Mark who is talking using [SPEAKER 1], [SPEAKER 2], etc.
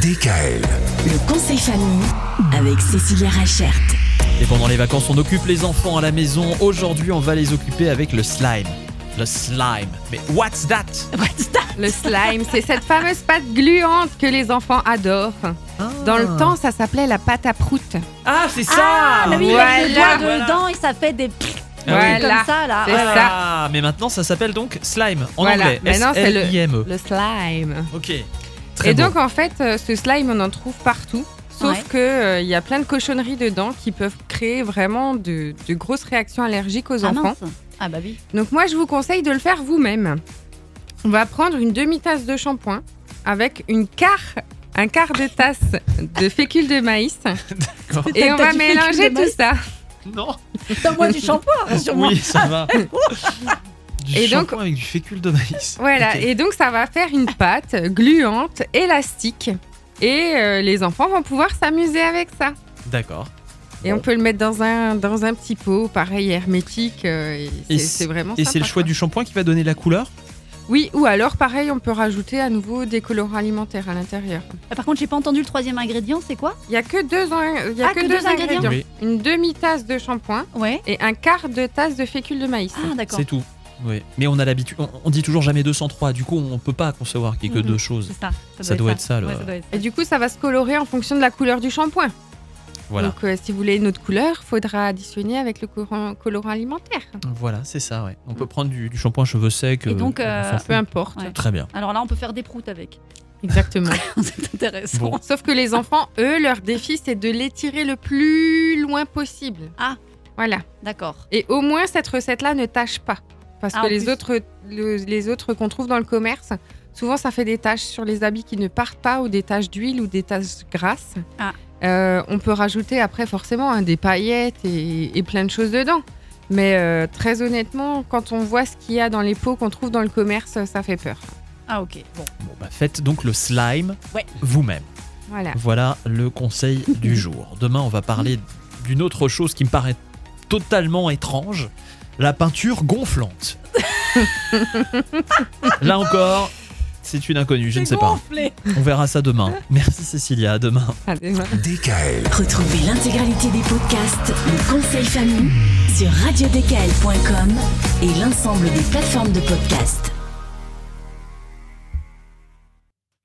[SPEAKER 1] DKL.
[SPEAKER 2] Le conseil famille avec Cécilia Rachert.
[SPEAKER 3] Et pendant les vacances, on occupe les enfants à la maison. Aujourd'hui, on va les occuper avec le slime. Le slime. Mais what's that
[SPEAKER 2] What's that
[SPEAKER 4] Le slime, c'est cette fameuse pâte gluante que les enfants adorent. Dans le temps, ça s'appelait la pâte à prout.
[SPEAKER 3] Ah, c'est ça
[SPEAKER 5] Ah, là, oui, il
[SPEAKER 4] Voilà,
[SPEAKER 5] met le doigt
[SPEAKER 3] voilà.
[SPEAKER 5] dedans et ça fait des
[SPEAKER 3] Ah oui.
[SPEAKER 4] Voilà.
[SPEAKER 5] comme ça là.
[SPEAKER 4] C'est
[SPEAKER 5] Ouais.
[SPEAKER 4] ça.
[SPEAKER 3] Ah, mais maintenant, ça s'appelle donc slime en
[SPEAKER 4] Voilà.
[SPEAKER 3] anglais.
[SPEAKER 4] Maintenant, c'est le-
[SPEAKER 3] S-L-I-M-E.
[SPEAKER 4] Le slime.
[SPEAKER 3] Ok. E. Très
[SPEAKER 4] et
[SPEAKER 3] bon.
[SPEAKER 4] donc, en fait, euh, ce slime, on en trouve partout. Sauf
[SPEAKER 5] Ouais.
[SPEAKER 4] que euh, il y a plein de cochonneries dedans qui peuvent créer vraiment de, de grosses réactions allergiques aux
[SPEAKER 5] Ah
[SPEAKER 4] enfants.
[SPEAKER 5] mince. Ah bah oui.
[SPEAKER 4] Donc moi, je vous conseille de le faire vous-même. On va prendre une demi-tasse de shampoing avec une quart, un quart de tasse de fécule de maïs et on
[SPEAKER 5] T'as
[SPEAKER 4] va
[SPEAKER 5] du fécule
[SPEAKER 4] mélanger
[SPEAKER 5] de
[SPEAKER 4] tout
[SPEAKER 5] maïs
[SPEAKER 4] ça.
[SPEAKER 3] Non
[SPEAKER 5] Donne-moi du shampoing, sûrement.
[SPEAKER 3] Oui, ça va. Du
[SPEAKER 4] Ah, Et donc-
[SPEAKER 3] shampoing avec du fécule de maïs.
[SPEAKER 4] Voilà,
[SPEAKER 3] Ok.
[SPEAKER 4] et donc ça va faire une pâte gluante, élastique. Et euh, les enfants vont pouvoir s'amuser avec ça.
[SPEAKER 3] D'accord.
[SPEAKER 4] Et on peut le mettre dans un, dans un petit pot, pareil, hermétique. euh, et c'est-
[SPEAKER 3] Et
[SPEAKER 4] c'est vraiment
[SPEAKER 3] Et
[SPEAKER 4] sympa,
[SPEAKER 3] c'est le choix
[SPEAKER 4] quoi.
[SPEAKER 3] du shampoing qui va donner la couleur
[SPEAKER 4] Oui, ou alors pareil, on peut rajouter à nouveau des colorants alimentaires à l'intérieur.
[SPEAKER 5] Ah, Par contre, j'ai pas entendu le troisième ingrédient, c'est quoi
[SPEAKER 4] Il y a que deux, en- il y a
[SPEAKER 5] Ah,
[SPEAKER 4] que
[SPEAKER 5] que
[SPEAKER 4] deux
[SPEAKER 5] deux ingrédients.
[SPEAKER 4] ingrédients.
[SPEAKER 3] Oui,
[SPEAKER 4] Une demi-tasse de shampoing
[SPEAKER 5] Ouais.
[SPEAKER 4] et un quart de tasse de fécule de maïs.
[SPEAKER 5] Ah d'accord.
[SPEAKER 3] c'est tout. Oui. Mais on a l'habitude, on, on dit toujours jamais 203, du coup on peut pas concevoir qu'il y ait que
[SPEAKER 5] Mhm.
[SPEAKER 3] deux choses.
[SPEAKER 5] C'est ça.
[SPEAKER 3] Ça doit être ça, le-
[SPEAKER 5] Ouais, ça doit être ça.
[SPEAKER 4] Et du coup, ça va se colorer en fonction de la couleur du shampoing.
[SPEAKER 3] Voilà,
[SPEAKER 4] Donc, euh, si vous voulez une autre couleur, faudra additionner avec le courant- colorant alimentaire.
[SPEAKER 3] voilà, c'est ça, ouais. On peut prendre du, du shampoing cheveux secs.
[SPEAKER 5] Et donc,
[SPEAKER 3] on
[SPEAKER 5] euh,
[SPEAKER 3] s'en
[SPEAKER 4] Peu
[SPEAKER 3] fout.
[SPEAKER 4] importe.
[SPEAKER 5] Ouais.
[SPEAKER 3] Très bien.
[SPEAKER 5] Alors là, on peut faire des proutes avec.
[SPEAKER 4] Exactement.
[SPEAKER 5] c'est intéressant.
[SPEAKER 3] Bon.
[SPEAKER 4] Sauf que les enfants, eux, leur défi, c'est de l'étirer le plus loin possible.
[SPEAKER 5] Ah.
[SPEAKER 4] Voilà.
[SPEAKER 5] D'accord.
[SPEAKER 4] Et au moins, cette recette-là ne tâche pas. Parce
[SPEAKER 5] Ah,
[SPEAKER 4] que
[SPEAKER 5] en
[SPEAKER 4] les
[SPEAKER 5] plus.
[SPEAKER 4] autres, le- les autres qu'on trouve dans le commerce, souvent, ça fait des taches sur les habits qui ne partent pas ou des taches d'huile ou des taches grasses.
[SPEAKER 5] Ah.
[SPEAKER 4] Euh, on peut rajouter après, forcément, hein, des paillettes et, et plein de choses dedans. Mais euh, très honnêtement, quand on voit ce qu'il y a dans les pots qu'on trouve dans le commerce, ça fait peur.
[SPEAKER 5] Ah ok. Bon.
[SPEAKER 3] Bon, bah, faites donc le slime
[SPEAKER 5] Ouais.
[SPEAKER 3] vous-même.
[SPEAKER 4] Voilà.
[SPEAKER 3] Voilà le conseil du jour. Demain, on va parler d'une autre chose qui me paraît totalement étrange la peinture gonflante. Là encore, c'est une inconnue, je ne sais pas. On verra ça demain. Merci Cécilia, à demain.
[SPEAKER 4] À demain.
[SPEAKER 1] DKL.
[SPEAKER 2] Retrouvez l'intégralité des podcasts Le conseil famille sur radiodkl.com et l'ensemble des plateformes de podcasts.